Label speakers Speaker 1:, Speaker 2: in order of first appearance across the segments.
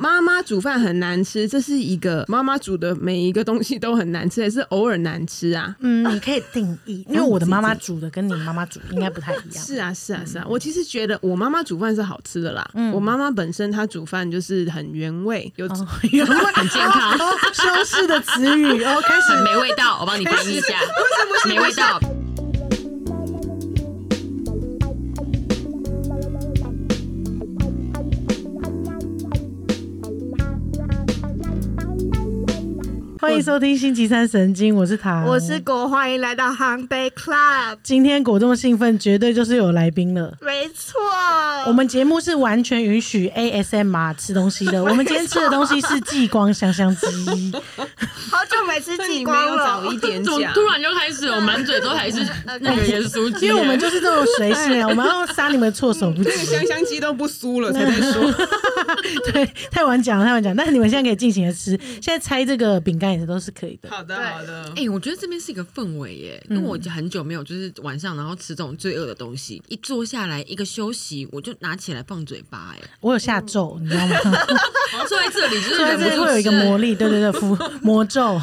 Speaker 1: 妈妈煮饭很难吃，这是一个妈妈煮的每一个东西都很难吃，还是偶尔难吃啊？
Speaker 2: 嗯，你可以定义，因为我的妈妈煮的跟你妈妈煮应该不太一 样。
Speaker 1: 是啊，是啊，是啊。我其实觉得我妈妈煮饭是好吃的啦。我妈妈本身她煮饭就是很原味， 有
Speaker 2: 哦原味
Speaker 3: 很健康，
Speaker 2: 哦，修饰的词语哦，开始
Speaker 3: 很没味 道，我帮你翻译一下，没味道。
Speaker 2: 欢迎收听星期三神经，我是唐，
Speaker 4: 我是国，欢迎来到 Hang Day Club。
Speaker 2: 今天果这么兴奋，绝对就是有来宾了。
Speaker 4: 没错，哦
Speaker 2: 我们节目是完全允许 ASMR 吃东西的。我们今天吃的东西是激光香香鸡，
Speaker 4: 好久没吃
Speaker 1: 那
Speaker 4: 激
Speaker 1: 你没
Speaker 4: 光
Speaker 1: 有早
Speaker 4: 了
Speaker 1: 一。点
Speaker 3: 怎么
Speaker 1: 讲，
Speaker 3: 突然就开始？我满嘴都还是那个盐酥鸡，
Speaker 2: 因为我们就是这种随性啊，我们要杀你们措手不及
Speaker 1: 那。个香香鸡都不酥了才在说，
Speaker 2: 对，太晚讲了，太晚讲。但是你们现在可以尽情的吃，现在拆这个饼干也是都是可以的。
Speaker 1: 好的，
Speaker 4: 对
Speaker 1: 好的。
Speaker 3: 哎、我觉得这边是一个氛围耶，因为我已经很久没有就是晚上然后吃这种罪恶的东西，一坐下来一个休息，我就拿起来放嘴巴，哎，
Speaker 2: 我有下咒，你知道吗？
Speaker 3: 坐在哦这里 就是嗯
Speaker 2: 所以
Speaker 3: 忍啊不
Speaker 2: 这
Speaker 3: 住
Speaker 2: 会有一个
Speaker 3: 吃
Speaker 2: 魔力，对对对， 符魔咒，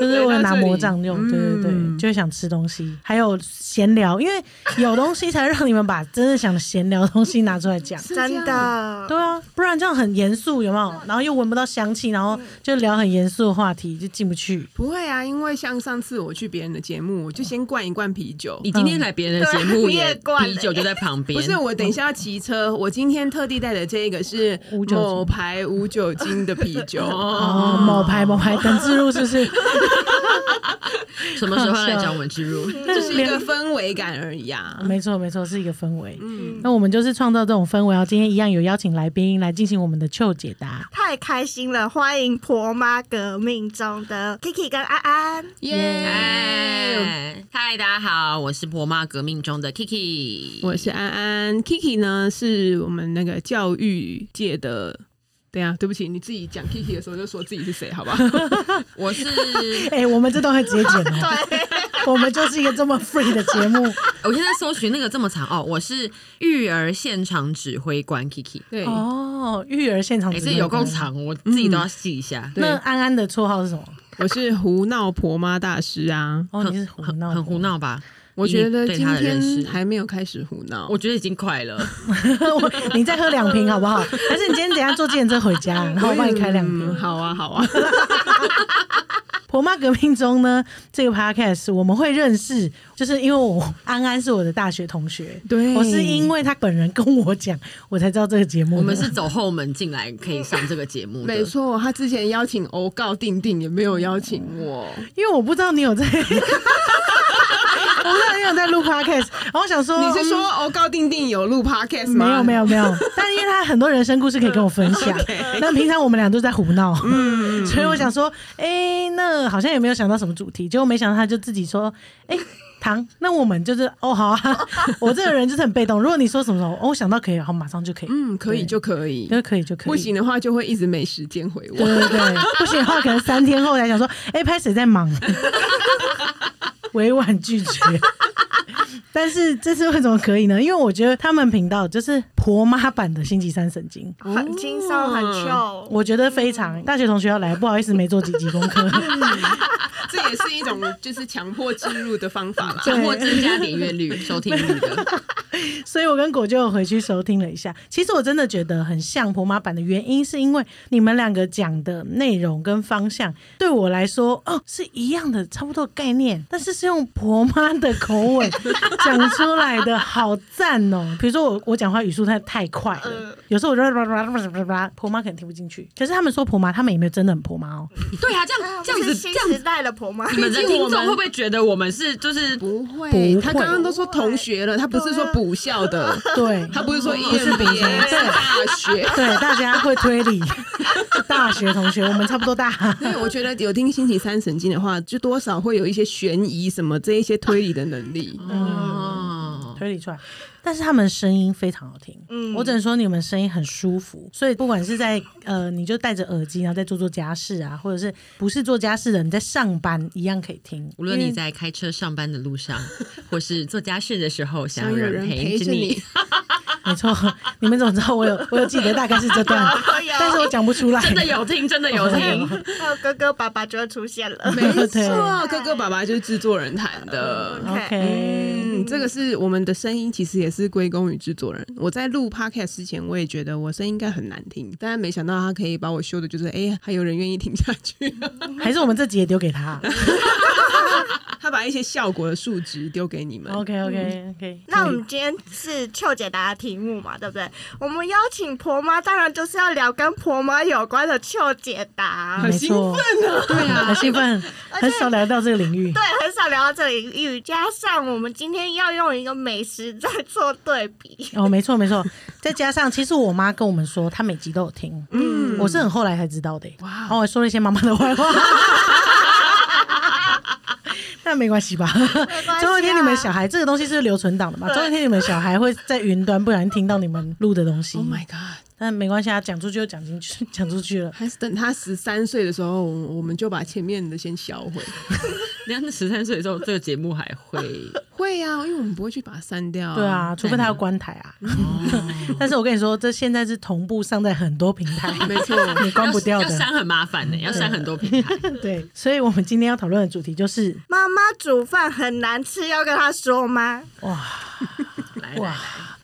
Speaker 2: 就是我有拿魔杖用，对
Speaker 1: 对
Speaker 2: 对对，
Speaker 3: 嗯
Speaker 2: 就会想吃东西，还有闲聊，因为有东西才让你们把真的想闲聊的东西拿出来讲。
Speaker 4: 真的，
Speaker 2: 对啊，不然这样很严肃，有没有？然后又闻不到香气，然后就聊很严肃的话题，就进不去。
Speaker 1: 不会啊，因为像上次我去别人的节目，我就先灌一罐啤酒。
Speaker 3: 你今天来别人的节目
Speaker 4: 对你
Speaker 3: 也
Speaker 4: 也惯了
Speaker 3: 啤酒就在旁边，
Speaker 1: 不是我等一下要骑车，我今天特地带的这个是
Speaker 2: 无酒精
Speaker 1: 某牌无酒精的啤酒。
Speaker 2: 哦，某牌某牌等自入是不是？
Speaker 3: 什么时候要来找我们植 入？
Speaker 1: 就是一个氛围感而已啊。
Speaker 2: 没错，没错，是一个氛围。
Speaker 3: 嗯
Speaker 2: 那我们就是创造这种氛围，啊然后今天一样有邀请来宾来进行我们的 Q 解答。
Speaker 4: 太开心了！欢迎婆妈革命中的 Kiki 跟安 安。
Speaker 3: 耶！嗨，大家好，我是婆妈革命中的 Kiki，
Speaker 1: 我是安安，Kiki 呢是我们那个教育界的。对啊，对不起，你自己讲 Kiki 的时候就说自己是谁， 好吧？
Speaker 3: 我是，
Speaker 2: 哎、我们这段会直接剪哦，
Speaker 4: 对，
Speaker 2: 我们就是一个这么 free 的节目。
Speaker 3: 我现在搜寻那个这么长哦，我是育儿现场指挥官 Kiki，
Speaker 1: 对，
Speaker 2: 哦，育儿现场
Speaker 3: 也
Speaker 2: 直播
Speaker 3: 哎是有够。长，我自己都要记一下。
Speaker 2: 那安安的绰号是什么？
Speaker 1: 我是胡闹婆妈大师啊。
Speaker 2: 哦，你是胡
Speaker 3: 很
Speaker 2: 闹，
Speaker 3: 很胡。闹 吧？
Speaker 1: 我觉得
Speaker 3: 以你对
Speaker 1: 今
Speaker 3: 他的认
Speaker 1: 天
Speaker 3: 识，
Speaker 1: 还没有开始胡闹，
Speaker 3: 我觉得已经快了。
Speaker 2: 我你再喝两瓶好不好？还是你今天等一下坐计程车回 家，然后我帮你开两瓶
Speaker 1: 嗯。好啊，好 啊。
Speaker 2: 婆妈革命中呢，这个 podcast 我们会认识，就是因为我安安是我的大学同学，
Speaker 3: 嗯
Speaker 1: 对
Speaker 2: 我是因为他本人跟我讲，我才知道这个节目的。
Speaker 3: 我们是走后门进来可以上这个节目的，
Speaker 1: 没错，他之前邀请欧告定定，也没有邀请我。
Speaker 2: 因为我不知道你有在， 我不知道你有在录 podcast，然后我想说
Speaker 1: 你是说
Speaker 2: 嗯
Speaker 1: 欧告定定有录 podcast 吗？
Speaker 2: 没有没有没有，但因为他很多人生故事可以跟我 分享，那平常我们俩都在胡闹，
Speaker 1: 嗯
Speaker 2: 所以我想说，哎，那好像也没有想到什么主题，结果没想到他就自己说，哎。唐，那我们就是 哦，好啊，我这个人就是很被动。如果你说什么什么，哦，我想到可以，好，马上就可以，
Speaker 1: 嗯，可以就可以，
Speaker 2: 就可以就可以。
Speaker 1: 不行的话就会一直没时间回
Speaker 2: 对
Speaker 1: 我。
Speaker 2: 对对，不行的话，可能三天后才想说，哎、拍谁在忙， 委婉拒绝。但是这次为什么可以呢？因为我觉得他们频道就是婆妈版的星期三神经，
Speaker 4: 很轻松，很 chill。
Speaker 2: 我觉得非常。大学同学要来，不好意思没做几集功课，
Speaker 1: 这也是一种就是强迫置入的方法啦。
Speaker 3: 强迫啊增加点阅率、收听率的。
Speaker 2: 所以我跟果就回去收听了一下。其实我真的觉得很像婆妈版的原因，是因为你们两个讲的内容跟方向对我来说，哦，是一样的，差不多的概念，但是是用婆妈的口吻 讲出来的，好赞哦！比如说我我讲话语速太太快了，有时候我就叭叭叭叭叭叭， 婆妈可能听不进去。可是他们说婆妈，他们也没有真的很婆妈哦。
Speaker 3: 对啊，这样这样子这
Speaker 4: 是新
Speaker 3: 样
Speaker 4: 时
Speaker 3: 子，
Speaker 4: 代的婆妈，
Speaker 3: 你们的
Speaker 1: 毕竟
Speaker 3: 听
Speaker 1: 我
Speaker 3: 众
Speaker 1: 们
Speaker 3: 会不会觉得我们是就是
Speaker 1: 不会，
Speaker 2: 不会
Speaker 1: 他刚刚都说同学了，他不是说补校的，
Speaker 2: 对，
Speaker 1: 他不是说
Speaker 2: 不是
Speaker 1: EMBA
Speaker 2: 不是
Speaker 1: 是大学。
Speaker 2: 对大家会推理， 是大学同学，我们差不多大。
Speaker 1: 所以我觉得有听星期三神经的话，就多少会有一些悬疑什么这一些推理的能力。
Speaker 3: 哦？
Speaker 2: 推理出来，但是他们声音非常好听，嗯，我只能说你们声音很舒服，所以不管是在呃，你就戴着耳机，然后在做做家事啊，或者是不是做家事的你在上班一样可以听，
Speaker 3: 无论
Speaker 2: 因
Speaker 3: 你
Speaker 2: 为
Speaker 3: 在开车上班的路上，或是做家事的时候，想
Speaker 1: 想有
Speaker 3: 人
Speaker 1: 人
Speaker 3: 陪
Speaker 1: 陪
Speaker 3: 着
Speaker 1: 着
Speaker 3: 你
Speaker 1: 你，
Speaker 2: 没错，你们怎么知道我有我有记得大概是这段
Speaker 4: 有有，
Speaker 2: 但是我讲不出来。
Speaker 3: 真的有听，真的有听，
Speaker 4: 还哦有哥哥爸爸就会出现 了。
Speaker 1: 没
Speaker 2: 对
Speaker 1: 错，哥哥爸爸就是制作人弹的。
Speaker 2: OK，
Speaker 1: 嗯，这个是我们的声音，其实也是归功于制作人。我在录 podcast 之前，我也觉得我声音应该很难听，但没想到他可以把我修的，就是哎、还有人愿意听下去。
Speaker 2: 还是我们这集也丢给他。
Speaker 1: 他把一些效果的数值丢给你们。
Speaker 2: OK OK OK，
Speaker 4: 那我们今天是秋姐答的题目嘛，对不对？我们邀请婆妈，当然就是要聊跟婆妈有关的秋姐答。
Speaker 2: 没
Speaker 1: 很兴
Speaker 2: 错，
Speaker 3: 对啊
Speaker 2: 很，兴奋，很少聊到这个领域。
Speaker 4: 对，很少聊到这里，与加上我们今天要用一个美食在做对比，
Speaker 2: 哦，没错没错，再加上其实我妈跟我们说，她每集都有听，嗯，我是很后来才知道的、哇，
Speaker 4: 哦
Speaker 2: 然后我还说了一些妈妈的坏话， 但没关系吧？
Speaker 4: 没关系啊
Speaker 2: 总有一天你们小孩这个东西是留存档的嘛，
Speaker 4: 对
Speaker 2: 总有一天你们小孩会在云端不小心听到你们录的东西
Speaker 1: Oh，my god！
Speaker 2: 但没关系啊，讲出去就讲进去，讲出去了。
Speaker 1: 还是等他十三岁的时候，我我们就把前面的先销毁。
Speaker 3: 你看十三岁之后，这个节目还会
Speaker 1: 会啊，因为我们不会去把它删掉、
Speaker 2: 对，
Speaker 4: 哦
Speaker 2: 啊，除非他要关台啊。
Speaker 1: 哦
Speaker 2: 但是我跟你说，这现在是同步上在很多平 台，
Speaker 1: 没 错。
Speaker 2: 你关不掉
Speaker 3: 要
Speaker 2: 的。
Speaker 3: 删很麻烦呢，
Speaker 1: 嗯
Speaker 3: 要删很多平台。
Speaker 2: 对，所以我们今天要讨论的主题就是
Speaker 4: 妈妈煮饭很难吃，要跟她说吗？
Speaker 3: 来来，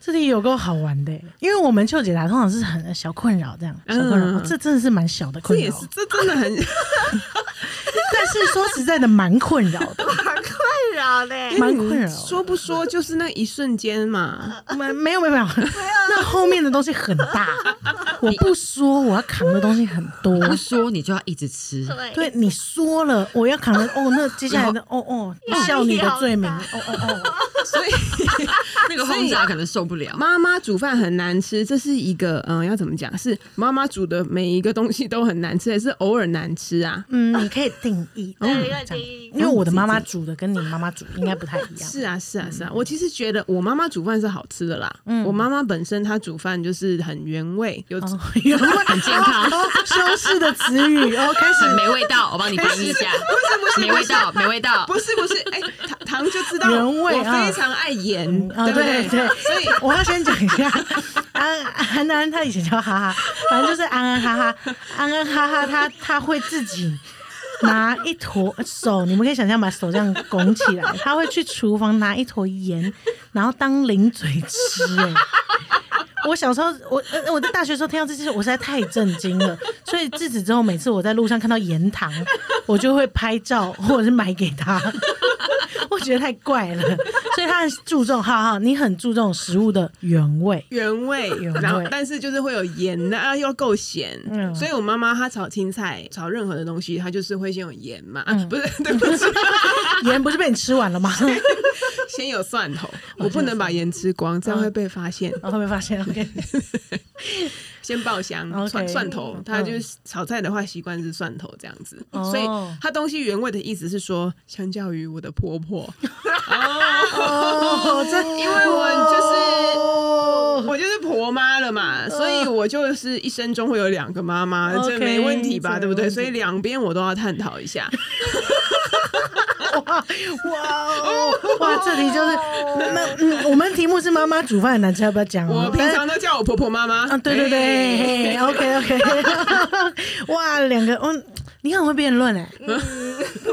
Speaker 2: 这题有够好玩的欸，因为我们舅姐答通常是很小困扰这样，小
Speaker 1: 嗯
Speaker 2: 困扰、哦这真的是蛮小的
Speaker 1: 这
Speaker 2: 困
Speaker 1: 也
Speaker 2: 扰，
Speaker 1: 是，这真的很，
Speaker 2: 但是说实在的，蛮困扰 的，
Speaker 4: 蛮困扰的。
Speaker 2: 蛮困扰 的。
Speaker 1: 说不说就是那一瞬间嘛。
Speaker 2: 没没有没有没有，
Speaker 3: 啊
Speaker 2: 那后面的东西很 大，我不说，我要扛的东西很多。
Speaker 3: 不说你就要一直吃，
Speaker 4: 对
Speaker 2: 对，你说了，我要扛的哦，那接下来的哦哦，笑你的罪名，
Speaker 4: 压力
Speaker 2: 哦哦哦，
Speaker 3: 那个轰炸可能受 不了。
Speaker 1: 妈妈煮饭很难吃，这是一个嗯、呃要怎么讲？是妈妈煮的每一个东西都很难吃，还是偶尔难吃啊？
Speaker 2: 嗯，你可以定义，
Speaker 3: 嗯
Speaker 2: 这
Speaker 4: 对要
Speaker 2: 样
Speaker 4: 定义
Speaker 2: 因为我的妈妈煮的跟你妈妈煮应该不太一样，
Speaker 1: 是啊，是啊，是啊。
Speaker 2: 嗯
Speaker 1: 我其实觉得我妈妈煮饭是好吃的啦。我妈妈本身她煮饭就是很原味， 有
Speaker 2: 哦，原味
Speaker 3: 很健康
Speaker 2: 哦，修饰的词语哦，开始
Speaker 3: 很没味道，我帮你翻译 一下。
Speaker 1: 不是不是
Speaker 3: 没 味道，没味道。
Speaker 1: 不是不是，哎、糖糖就知道
Speaker 2: 原味
Speaker 1: 我
Speaker 2: 啊
Speaker 1: 非常爱盐，
Speaker 2: 啊
Speaker 1: 对不
Speaker 2: 对对
Speaker 1: 所以
Speaker 2: 我要先讲一下，安安安他以前叫哈哈，反正就是安安哈哈，安安哈哈他他会自己。拿一坨手，你们可以想象把手这样拱起 来，他会去厨房拿一坨盐，然后当零嘴吃、哎，我小时候，我呃我在大学的时候听到这些，我实在太震惊了。所以自此之后，每次我在路上看到盐糖，我就会拍照或者是买给他。 我觉得太怪了，所以他很注重，哈哈，你很注重食物的原 味。
Speaker 1: 原味，
Speaker 2: 原味
Speaker 1: 然后但是就是会有盐的啊，又要够咸。
Speaker 2: 嗯
Speaker 1: 所以我妈妈她炒青菜、炒任何的东西，她就是会先有盐嘛，啊、
Speaker 2: 嗯
Speaker 1: 不是 对不起，
Speaker 2: 盐不是被你吃完了吗？
Speaker 1: 先有蒜
Speaker 2: 哦
Speaker 1: 头，我不能把盐吃光，这样会被发现。
Speaker 2: 然后哦被发现，OK，
Speaker 1: 先爆香
Speaker 2: OK 嗯
Speaker 1: 蒜蒜头，她就是炒菜的话习惯是蒜头这样子，
Speaker 2: 哦
Speaker 1: 所以她东西原味的意思是说，相较于我的婆婆，
Speaker 2: 哦，这
Speaker 1: 因为我就是。
Speaker 2: 哦
Speaker 1: 我就是婆妈了嘛，所以我就是一生中会有两个妈妈，
Speaker 2: 哦 OK，
Speaker 1: 这没问题吧？
Speaker 2: 这
Speaker 1: 对不
Speaker 2: 没问
Speaker 1: 对？
Speaker 2: 题
Speaker 1: 所以两边我都要探讨一下。
Speaker 2: 哇哦哇，这里就是那那嗯，我们题目是妈妈煮饭很难吃，要不要讲哦？
Speaker 1: 我平常都叫我婆婆妈妈哎
Speaker 2: 啊，对对对、o k OK，哇，两个，嗯，你很会辩论哎，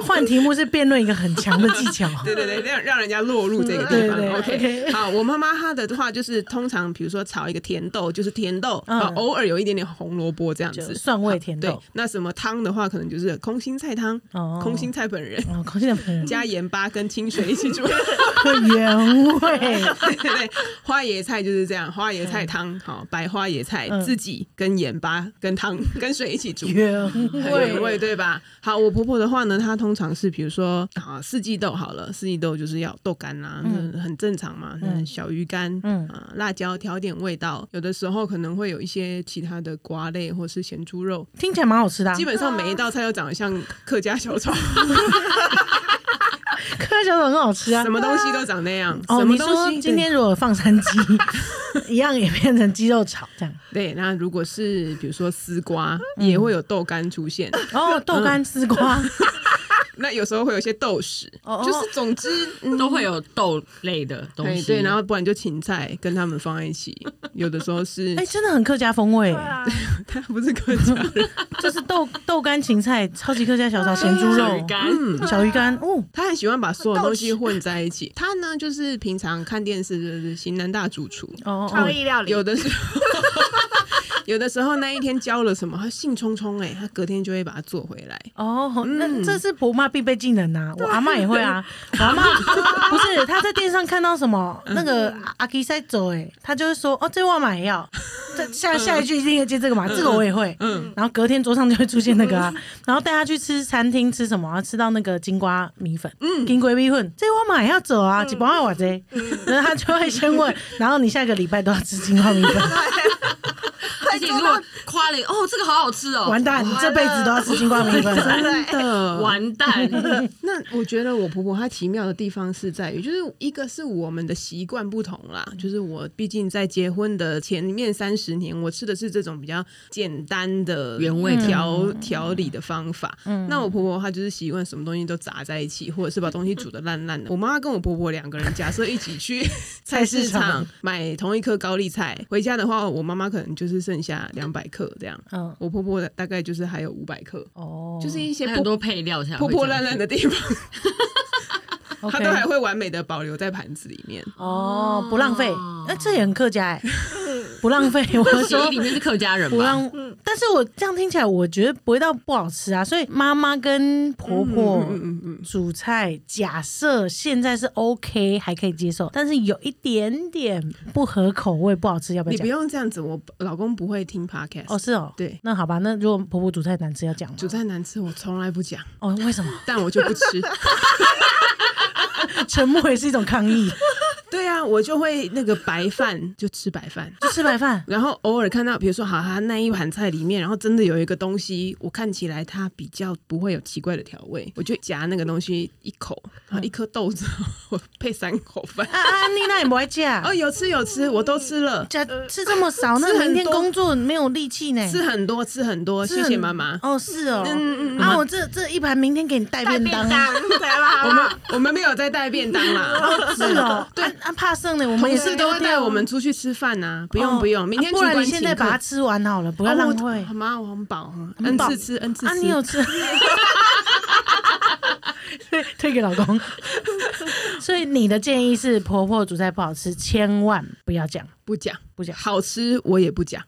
Speaker 2: 换题目是辩论一个很强的技巧，
Speaker 1: 对对对，让让人家落入这个
Speaker 2: 对
Speaker 1: 地
Speaker 2: 嗯对
Speaker 1: 方。
Speaker 2: 对
Speaker 1: OK，好， 我妈妈她的话就是通常比如说炒一个甜豆，就是甜豆，
Speaker 2: 嗯
Speaker 1: 啊偶尔有一点点红萝卜这样
Speaker 2: 就
Speaker 1: 子。
Speaker 2: 蒜味甜
Speaker 1: 对
Speaker 2: 豆，，
Speaker 1: 那什么汤的话，可能就是空心菜汤
Speaker 2: 哦，
Speaker 1: 空心菜本人
Speaker 2: 哦，空气的朋友，
Speaker 1: 加盐巴跟清水一起 煮。
Speaker 2: 会原味，
Speaker 1: 对对，花椰菜就是这样，花椰菜汤，好，白花椰菜
Speaker 2: 嗯
Speaker 1: 自己跟盐巴、跟汤、跟水一起煮。
Speaker 2: 原
Speaker 1: 很
Speaker 2: 味
Speaker 1: 原味对吧？好，我婆婆的话呢，她通常是比如说啊，四季豆好了，四季豆就是要豆干啦、那很正常嘛。那小鱼干，
Speaker 2: 嗯
Speaker 1: 嗯啊，辣椒调点味道，有的时候可能会有一些其他的瓜类或是咸猪肉，
Speaker 2: 听起来蛮好吃的、啊，
Speaker 1: 基本上每一道菜都长得像客家小 炒，
Speaker 2: 科学很好吃啊
Speaker 1: 什。么东西都长那样。
Speaker 2: 哦，
Speaker 1: 什
Speaker 2: 你
Speaker 1: 么东
Speaker 2: 说
Speaker 1: 西？
Speaker 2: 今天如果放山鸡，一样也变成鸡肉炒这样。
Speaker 1: 对，那如果
Speaker 2: 嗯
Speaker 1: 是比如说丝瓜，也会有豆干出现。
Speaker 2: 哦，豆干丝瓜，
Speaker 1: 那有时候会有一些豆豉，
Speaker 2: 哦哦
Speaker 1: 就是总之、嗯、
Speaker 3: 都会有豆类的东
Speaker 1: 哎
Speaker 3: 西，
Speaker 1: 对，然后不然就芹菜跟他们放在一起，有的时候是
Speaker 2: 哎、真的很客家风味
Speaker 4: 对，啊，
Speaker 1: 他不是客家人，
Speaker 2: 就是豆豆干、芹菜、超级客家小炒、咸猪
Speaker 3: 小
Speaker 2: 肉
Speaker 3: 鱼、干，
Speaker 1: 嗯，
Speaker 2: 小鱼干，哦，
Speaker 1: 他很喜欢把所有东西混在一起。他呢，就是平常看电视就是型男大主厨，
Speaker 2: 哦
Speaker 4: 创
Speaker 2: 哦，
Speaker 4: 意料理
Speaker 1: 有的时候。 有的时候那一天教了什么，他兴冲冲哎，他隔天就会把它做回来。
Speaker 2: 哦，那
Speaker 1: 嗯
Speaker 2: 这是婆妈必备技能呐、我阿妈也会 啊，我阿妈不是她在电视上看到什么那个阿阿基塞走，哎，她就会说哦，这我买要，这
Speaker 1: 嗯
Speaker 2: 下下一句一定要接这个嘛，这个我也会，嗯，然后隔天桌上就会出现那个啊，
Speaker 1: 嗯
Speaker 2: 然后带她去吃餐厅吃什么啊，吃到那个金瓜米粉，嗯，金龟米粉，这我买要走
Speaker 1: 嗯
Speaker 2: 啊，几包要我这，然后她就会 先问，然后你下个礼拜都要吃金瓜米粉，
Speaker 3: 而且如果夸了哦，这个好好吃哦，
Speaker 2: 完蛋，你这辈子都要吃金瓜米粉。
Speaker 4: 对，
Speaker 1: 的
Speaker 3: 完 蛋，
Speaker 1: 那我觉得我婆婆她奇妙的地方是在于，就是一个是我们的习惯不同啦，就是我毕竟在结婚的前面三十年，我吃的是这种比较简单的
Speaker 3: 原味的嗯
Speaker 1: 调调理的方法。那我婆婆她就是习惯什么东西都砸在一起，或者是把东西煮的烂烂的。我妈跟我婆婆两个人假设一起去 菜市场买同一颗高丽菜，回家的话，我妈妈可能就是剩下两百克这样，
Speaker 2: 嗯，
Speaker 1: 我婆婆的大概就是还有五百克，
Speaker 2: 哦，
Speaker 1: 就是一些
Speaker 3: 还
Speaker 1: 不
Speaker 3: 有很多配料才
Speaker 1: 破破烂烂
Speaker 3: 的。
Speaker 1: 的地方。
Speaker 2: OK
Speaker 1: 它都还会完美的保留在盘子里面。
Speaker 2: 哦，不浪费，
Speaker 1: 啊
Speaker 2: 那、这也很客家 哎、不浪费。我
Speaker 3: 记忆
Speaker 2: 说
Speaker 3: 里面是客家人
Speaker 2: 不
Speaker 3: 吧？
Speaker 2: 浪，
Speaker 1: 嗯
Speaker 2: 但是我这样听起来，我觉得不会到不好吃啊。所以妈妈跟婆婆
Speaker 1: 嗯嗯，
Speaker 2: 煮菜，假设现在是 OK 还可以接受，但是有一点点不合口味，不好吃，要不要
Speaker 1: 你不
Speaker 2: 讲？
Speaker 1: 用这样子，我老公不会听 podcast。
Speaker 2: 哦，是哦，
Speaker 1: 对，
Speaker 2: 那好吧，那如果婆婆煮菜难吃 要讲吗？
Speaker 1: 煮菜难吃，我从来不讲，
Speaker 2: 哦，为什么？
Speaker 1: 但我就不 吃。
Speaker 2: 沉默也是一种抗议，
Speaker 1: 对啊，我就会那个白饭就吃白饭。
Speaker 2: 就吃白饭。
Speaker 1: 然后偶尔看到，比如说，好，他那一盘菜里面，然后真的有一个东西，我看起来它比较不会有奇怪的调味，我就夹那个东西一口，然后一颗豆子， 我配三口饭。
Speaker 2: 啊啊，妮娜也不爱嫁，
Speaker 1: 哦，有吃有吃，我都吃了，
Speaker 2: 假吃这么少，那
Speaker 1: 吃呃很
Speaker 2: 明天
Speaker 1: 多
Speaker 2: 工作没有力气呢。
Speaker 1: 吃很多吃很多，
Speaker 2: 是
Speaker 1: 谢谢妈妈。
Speaker 2: 哦，是哦，
Speaker 1: 嗯嗯嗯
Speaker 2: 啊，我这这一盘明天给你带
Speaker 4: 带
Speaker 2: 便
Speaker 4: 便
Speaker 2: 当，
Speaker 4: 当，对吧？
Speaker 1: 我们我们没有在带便当啦，
Speaker 2: 是哦，对啊，怕剩 的我们
Speaker 1: 同
Speaker 2: 也是
Speaker 1: 事都会带我们
Speaker 2: 哦，
Speaker 1: 出去吃饭呐，不用不用，明天
Speaker 2: 啊
Speaker 1: 去
Speaker 2: 不然
Speaker 1: 关
Speaker 2: 你现在把它
Speaker 1: 它
Speaker 2: 吃完好了，不要浪费
Speaker 1: 好。啊吗？我很饱，哦
Speaker 2: 很
Speaker 1: n
Speaker 2: 饱
Speaker 1: 次吃 n 次
Speaker 2: 啊，
Speaker 1: 吃。
Speaker 2: 你有吃？推推给老公。所以你的建议是，婆婆煮菜不好吃，千万不要讲。
Speaker 1: 不讲
Speaker 2: 不讲嗯
Speaker 1: 好吃我也不讲。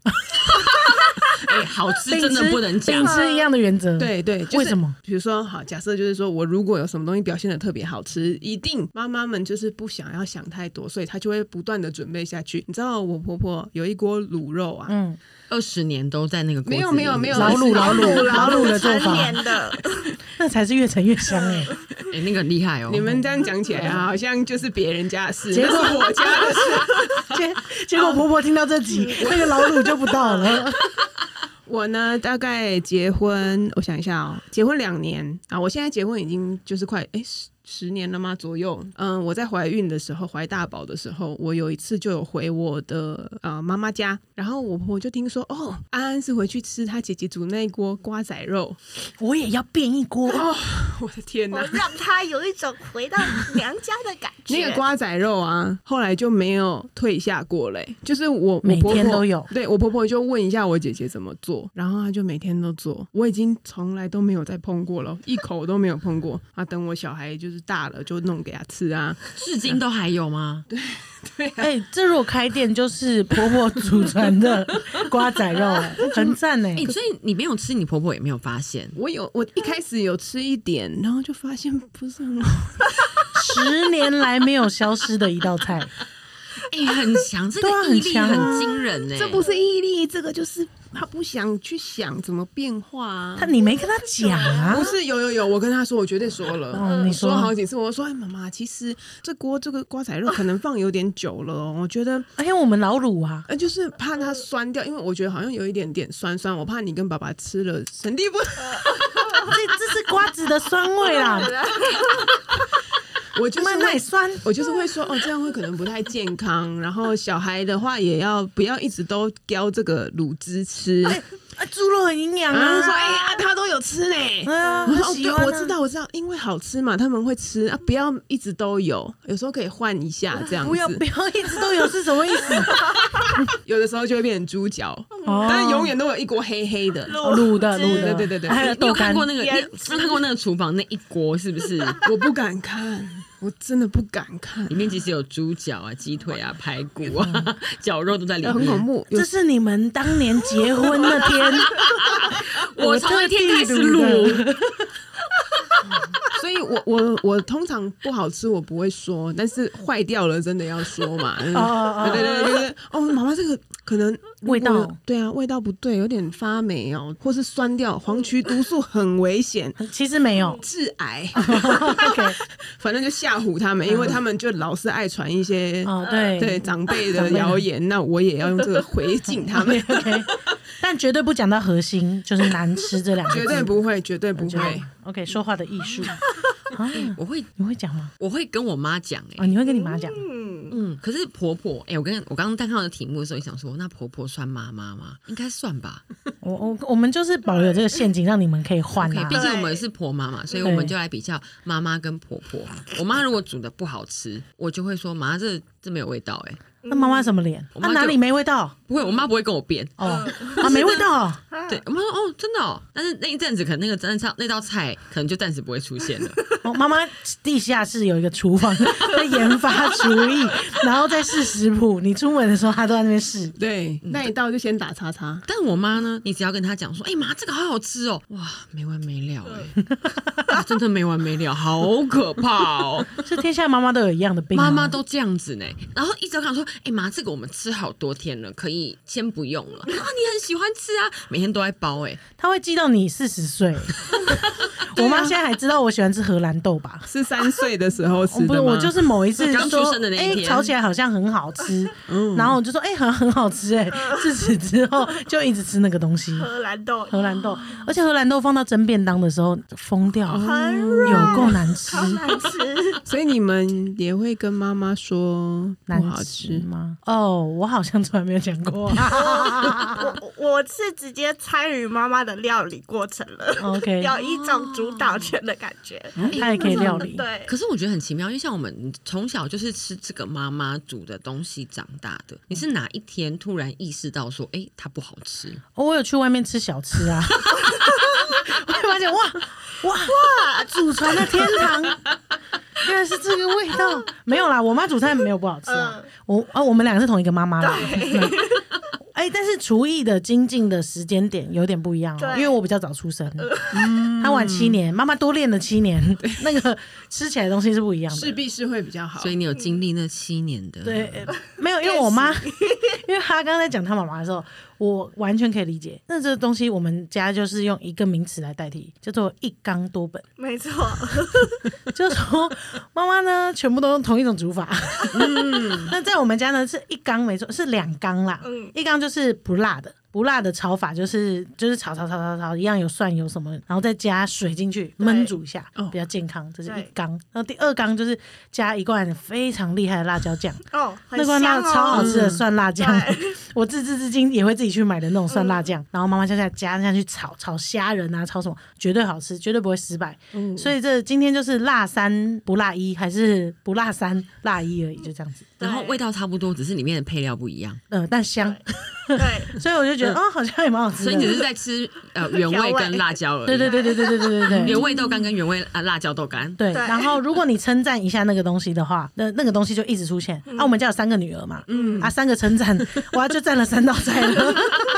Speaker 3: 哎，好吃
Speaker 2: 秉
Speaker 3: 真的
Speaker 2: 持
Speaker 3: 不能讲
Speaker 2: 秉，持一样的原则。，
Speaker 1: 对对，就是
Speaker 2: 为什么？
Speaker 1: 比如说，好，假设就是说我如果有什么东西表现的特别好吃，一定妈妈们就是不想要想太多，所以她就会不断的准备下去。你知道我婆婆有一锅卤肉啊，
Speaker 2: 嗯，
Speaker 3: 二十年都在那个锅
Speaker 1: 没有
Speaker 3: 子里
Speaker 1: 没有没有
Speaker 2: 老卤老卤老卤的做
Speaker 4: 成
Speaker 2: 法
Speaker 4: 年，的，
Speaker 2: 那才是越陈越香哎。
Speaker 3: 哎，那个很厉害哦，
Speaker 1: 你们这样讲起来啊，好像就是别人家的事，
Speaker 2: 结
Speaker 1: 那
Speaker 2: 果
Speaker 1: 是我家的事。
Speaker 2: 结结果婆婆听到这集，那个老卤就不到了。
Speaker 1: 我呢，大概结婚，我想一下哦，结婚两年啊，我现在结婚已经就是快哎十十年了吗左右？嗯，我在怀孕的时候，怀大宝的时候，我有一次就有回我的呃妈妈家，然后我婆婆就听说哦，安安是回去吃她姐姐煮那一锅瓜仔肉，
Speaker 2: 我也要变一锅，
Speaker 1: 我的天
Speaker 4: 我
Speaker 1: 哪！
Speaker 4: 让他有一种回到娘家的感觉。
Speaker 1: 那个瓜仔肉啊，后来就没有退下过嘞、就是我
Speaker 2: 每
Speaker 1: 我婆
Speaker 2: 天
Speaker 1: 婆
Speaker 2: 都有
Speaker 1: 对我婆婆就问一下我姐姐怎么做，然后她就每天都做。我已经从来都没有再碰过了，一口都没有碰过。啊，等我小孩就是大了，就弄给他吃啊。
Speaker 3: 至今都还有吗？
Speaker 2: 哎、这如果开店就是婆婆祖传的瓜仔肉、哎，很赞哎、
Speaker 3: 哎，所以你没有吃，你婆婆也没有发现。
Speaker 1: 我有，我一开始有吃一点，然后就发现不是很好。
Speaker 2: 十年来没有消失的一道菜，
Speaker 3: 哎，很强，这个
Speaker 2: 对啊
Speaker 3: 毅
Speaker 2: 很
Speaker 3: 力
Speaker 2: 强啊
Speaker 3: 很惊人欸呢。
Speaker 1: 这 不是毅力，这个就是他不想去想怎么变化啊
Speaker 2: 他。你没跟他讲啊
Speaker 1: 不？是有有有，我跟他说，我绝对说了。
Speaker 2: 哦，你
Speaker 1: 我说
Speaker 2: 说
Speaker 1: 好几次，我说哎，妈妈，其实这锅这个瓜仔肉可能放有点久了 哦，我觉得
Speaker 2: 哎呀，我们老卤啊，
Speaker 1: 呃就是怕它酸掉，因为我觉得好像有一点点酸酸，我怕你跟爸爸吃了神地不，
Speaker 2: 这这是瓜子的酸味啦，
Speaker 1: 我就是
Speaker 2: 麦奶
Speaker 1: 会。
Speaker 2: 酸。
Speaker 1: 我就是会说哦，这样会可能不太健康。 然后小孩的话也要不要一直都叼这个卤汁吃？
Speaker 2: 哎、啊，猪肉很营养
Speaker 1: 然后
Speaker 2: 啊，
Speaker 1: 说哎呀，他都有吃呢。
Speaker 2: 对啊，
Speaker 1: 我
Speaker 2: 很
Speaker 1: 说哦，
Speaker 2: 喜
Speaker 1: 对，
Speaker 2: 欢、啊
Speaker 1: 我知道，。我我知道，因为好吃嘛，他们会吃啊，不要一直都有，有时候可以换一下这样
Speaker 2: 不要
Speaker 1: 子
Speaker 2: 不，要一直都有是什么意思？
Speaker 1: 有的时候就会变成猪脚，
Speaker 2: 哦
Speaker 1: 但是永远都有一锅黑黑的。
Speaker 2: 哦卤的
Speaker 4: 汁
Speaker 2: 卤的，
Speaker 1: 对对对对
Speaker 2: 还有
Speaker 3: 你
Speaker 2: 豆
Speaker 3: 有看
Speaker 2: 干。
Speaker 3: 过那个？你有
Speaker 4: 盐
Speaker 3: 你有看过那个厨房那一锅是不是？
Speaker 1: 我不敢看，我真的不敢看
Speaker 3: 里，面其实有猪脚啊、鸡腿啊、排骨 啊、绞肉都在里面。
Speaker 1: 很恐怖。有
Speaker 2: 这是你们当年结婚那天，
Speaker 3: 我从那天开始
Speaker 2: 我特
Speaker 3: 卤，
Speaker 1: 所以我我我通常不好吃，我不会说，但是坏掉了真的要说嘛。嗯
Speaker 2: 哦哦哦
Speaker 1: 对对对，就是哦，妈妈这个可能如果
Speaker 2: 味道
Speaker 1: 对啊，味道不对，有点发霉哦，或是酸掉，黄曲毒素很危险，
Speaker 2: 其实没有。
Speaker 1: 致 癌。
Speaker 2: OK，
Speaker 1: 反正就吓唬他们，因为他们就老是爱传一些。
Speaker 2: 嗯哦对，
Speaker 1: 对长辈的谣言，那我也要用这个回敬他们
Speaker 2: OK，但绝对不讲到核心，就是难吃这两个字。
Speaker 1: 绝对不会，绝对不
Speaker 2: 绝对
Speaker 1: 会。
Speaker 2: OK，说话的艺术啊，
Speaker 3: 我会
Speaker 2: 你会讲吗？
Speaker 3: 我会跟我妈讲哎、
Speaker 2: 啊，你会跟你妈讲？
Speaker 4: 嗯，
Speaker 3: 嗯，可是婆婆，哎、我跟我刚刚在看到的题目的时候，也想说，那婆婆算妈妈吗？应该算吧。
Speaker 2: 我我我们就是保留这个陷阱，让你们可以换
Speaker 3: OK，
Speaker 2: 啊
Speaker 3: 毕。竟我们是婆妈嘛，所以我们就来比较妈妈跟婆婆。我妈如果煮的不好吃，我就会说妈，这这没有味道哎、
Speaker 2: 那妈妈什么脸？
Speaker 3: 我
Speaker 2: 她
Speaker 3: 妈就
Speaker 2: 哪里没味道？
Speaker 3: 不会，我妈不会跟我辩。
Speaker 2: 哦，啊，没味道哦。
Speaker 3: 对，我妈说哦，真的哦。但是那一阵子可能那个真的那道菜可能就暂时不会出 现了。
Speaker 2: 哦，妈妈地下室有一个厨房，在研发厨艺，然后在试食谱。你出门的时候，她都在那边试。
Speaker 1: 对，那一道就先打叉叉。
Speaker 3: 但我妈呢，你只要跟她讲说，哎、妈，这个好好吃哦，哇，没完没了哎、 啊真的没完没了，好可怕 哦。
Speaker 2: 是天下妈妈都有一啊样的病吗，
Speaker 3: 妈妈都这样子呢，然后一直跟我说：“哎、妈，这个我们吃好多天了，可以先不用 了。”啊，你很喜欢吃啊，每天都在包哎、
Speaker 2: 她会记到你四十岁。 我
Speaker 3: 啊
Speaker 2: 妈现在还知道我喜欢吃荷兰豆吧？
Speaker 1: 是三岁的时候
Speaker 2: 我
Speaker 1: 吃
Speaker 2: 哦不
Speaker 1: 的
Speaker 2: 是，
Speaker 1: 吗？
Speaker 2: 我就是某一次
Speaker 3: 刚出
Speaker 2: 说
Speaker 3: 生的，那一
Speaker 2: 哎、
Speaker 3: 天嗯
Speaker 2: 炒起来好像很好 吃，然后我就说，哎、很很好吃、哎，自此之后就一直吃那个东西，
Speaker 4: 荷兰豆
Speaker 2: 荷兰豆，
Speaker 3: 啊
Speaker 2: 而且荷兰豆放到蒸便当的时候疯掉，
Speaker 3: 哦
Speaker 4: 很软，
Speaker 2: 有够难吃，
Speaker 4: 好难吃。
Speaker 1: 所以你们也会跟妈妈说不
Speaker 2: 难
Speaker 1: 好
Speaker 2: 吃
Speaker 1: 吃？
Speaker 2: 吗？哦，我好像从来没有讲 过。
Speaker 4: 我我是直接参与妈妈的料理过程了，
Speaker 2: OK，
Speaker 4: 有一种主导权的感觉。
Speaker 2: 他也可以料理，
Speaker 4: 对，
Speaker 3: 可是我觉得很奇妙，因为像我们从小就是吃这个妈妈煮的东西长大的，你是哪一天突然意识到说，哎、它不好吃？
Speaker 2: 哦我有去外面吃小吃啊。 我发现哇哇哇，祖传的天堂，原来是这个味道。没有啦，我妈煮菜没有不好吃啊。我啊，我们两个是同一个妈妈啦。哎、但是厨艺的精进的时间点有点不一样哦，
Speaker 4: 对
Speaker 2: 因为我比较早出生，她晚七年，妈妈多练了七年，那个吃起来的东西是不一样的。
Speaker 1: 势必是会比较好
Speaker 3: 所。以 你有经历那七年的，
Speaker 2: 对，呃没有，因为我妈， 因为她刚刚在讲她妈妈的时候，我完全可以理解。那这个东西，我们家就是用一个名词来代替，叫做一纲多本，
Speaker 4: 没错，
Speaker 2: 就是说妈妈呢全部都用同一种煮法。嗯， 那在我们家呢是一缸没错，是两缸啦。
Speaker 4: 嗯
Speaker 2: 一缸就是不辣的，不辣的炒法就是就是炒炒炒炒炒，一样有蒜有什么，然后再加水进去
Speaker 4: 对
Speaker 2: 焖煮一下
Speaker 1: 哦，
Speaker 2: 比较健康。这是一
Speaker 4: 对
Speaker 2: 缸。然后第二缸就是加一罐非常厉害的辣椒酱。
Speaker 4: 哦，很
Speaker 2: 那罐辣
Speaker 4: 香
Speaker 2: 超好
Speaker 4: 哦。
Speaker 2: 吃
Speaker 3: 嗯
Speaker 2: 的蒜辣酱，
Speaker 4: 对 嗯
Speaker 2: 我自知至今也会自己去买的那种蒜辣酱，然后妈妈就在加下去炒炒虾仁啊，炒什么绝对好吃，绝对不会失败。
Speaker 4: 嗯
Speaker 2: 所以这今天就是辣三不辣一，还是不辣三辣一而已，就这样子。
Speaker 3: 然后味道差不多，只是里面的配料不一样，
Speaker 2: 呃，但香，
Speaker 4: 对，
Speaker 2: 所以我就觉得哦，好像也蛮好吃
Speaker 3: 所以你只
Speaker 2: 的。
Speaker 3: 是在吃呃原味跟辣椒而已。
Speaker 2: 对对对对对对对对对
Speaker 3: 原。味豆干跟原味啊辣椒豆干，
Speaker 2: 对，
Speaker 4: 对
Speaker 2: 然后如果你称赞一下那个东西的话，那那个东西就一直出现。
Speaker 4: 嗯
Speaker 2: 啊，我们家有三个女儿嘛，嗯，啊，三个称赞，哇，就占了三道菜了。